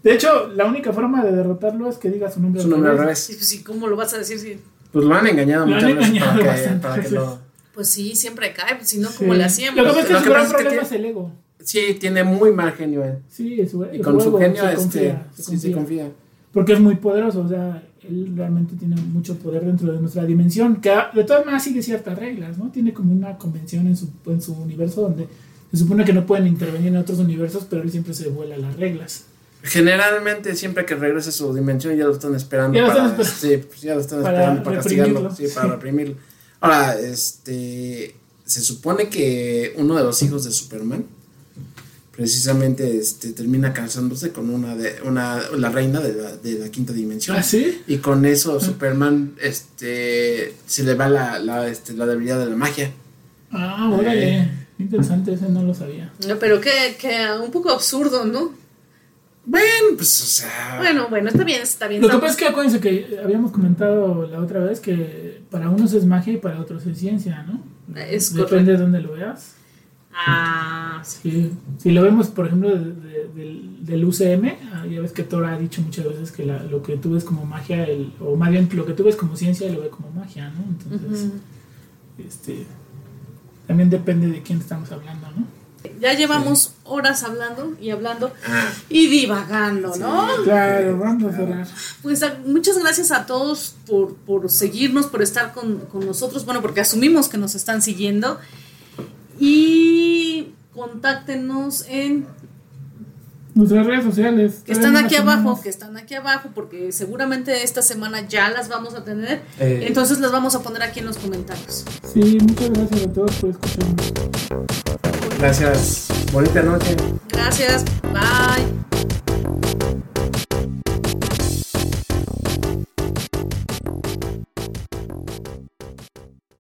S3: De hecho, la única forma de derrotarlo es que diga su nombre.
S2: su nombre al
S1: Sí,
S2: revés.
S1: pues, ¿y ¿Cómo lo vas a decir? si-
S2: Pues lo han engañado
S3: Lo han
S2: muchas veces
S3: engañado
S2: para que,
S3: bastante
S2: para que
S3: veces.
S2: lo-
S1: Pues sí, siempre cae, si no,
S3: Sí.
S1: como le
S3: Lo que
S1: hacíamos.
S3: pasa es que
S2: Lo
S3: su
S2: que
S3: gran
S2: pasa es que
S3: problema es el ego.
S2: Sí, tiene muy mal genio él.
S3: Sí, es su,
S2: Y
S3: es
S2: con su
S3: ego,
S2: genio,
S3: se
S2: este,
S3: confía, se
S2: sí se
S3: confía.
S2: confía.
S3: Porque es muy poderoso, o sea, él realmente tiene mucho poder dentro de nuestra dimensión, que de todas maneras sigue ciertas reglas, ¿no? Tiene como una convención en su, en su universo donde se supone que no pueden intervenir en otros universos, pero él siempre se vuela las reglas.
S2: Generalmente, siempre que regrese a su dimensión, ya lo están esperando.
S3: Ya lo
S2: para,
S3: están
S2: este, pues, ya lo están
S3: para
S2: esperando para castigarlo.
S3: reprimirlo.
S2: Sí, para reprimirlo. Ahora, este. Se supone que uno de los hijos de Superman, precisamente, este, termina casándose con una de una, la reina de la, de la quinta dimensión.
S3: ¿Ah, sí?
S2: Y con eso, Superman este, se le va la, la, este, la debilidad de la magia.
S3: Ah, órale. Interesante, ese no lo sabía.
S1: No, Pero que, que un poco absurdo, ¿no?
S2: Bueno, pues, o
S3: Ah.
S2: sea.
S1: Bueno, bueno, está bien, está bien.
S3: Lo que
S1: está-
S3: pasa es que acuérdense que habíamos comentado la otra vez que para unos es magia y para otros es ciencia, ¿no?
S1: Es
S3: Depende de dónde lo veas.
S1: Ah, sí.
S3: Sí. Si lo vemos, por ejemplo, de- de- del, del UCM, ah, ya ves que Thor ha dicho muchas veces que la- lo que tú ves como magia, el- o más bien lo que tú ves como ciencia, lo ve como magia, ¿no? Entonces,
S1: Ujú.
S3: este, también depende de quién estamos hablando, ¿no?
S1: Ya llevamos horas hablando y hablando
S2: Ah,
S1: y divagando, ¿no?
S3: Eh, Claro, vamos a hablar.
S1: Pues a- muchas gracias a todos por, por seguirnos, por estar con, con nosotros, bueno, porque asumimos que nos están siguiendo. Y contáctenos en
S3: Nuestras redes sociales.
S1: que están
S3: todavía
S1: aquí
S3: no las
S1: abajo,
S3: tenemos.
S1: que están aquí abajo, porque seguramente esta semana ya las vamos a tener.
S2: eh,
S1: Entonces las vamos a poner aquí en los comentarios.
S3: Sí, muchas gracias a todos por escucharnos.
S2: gracias. Bonita noche.
S1: Gracias, bye.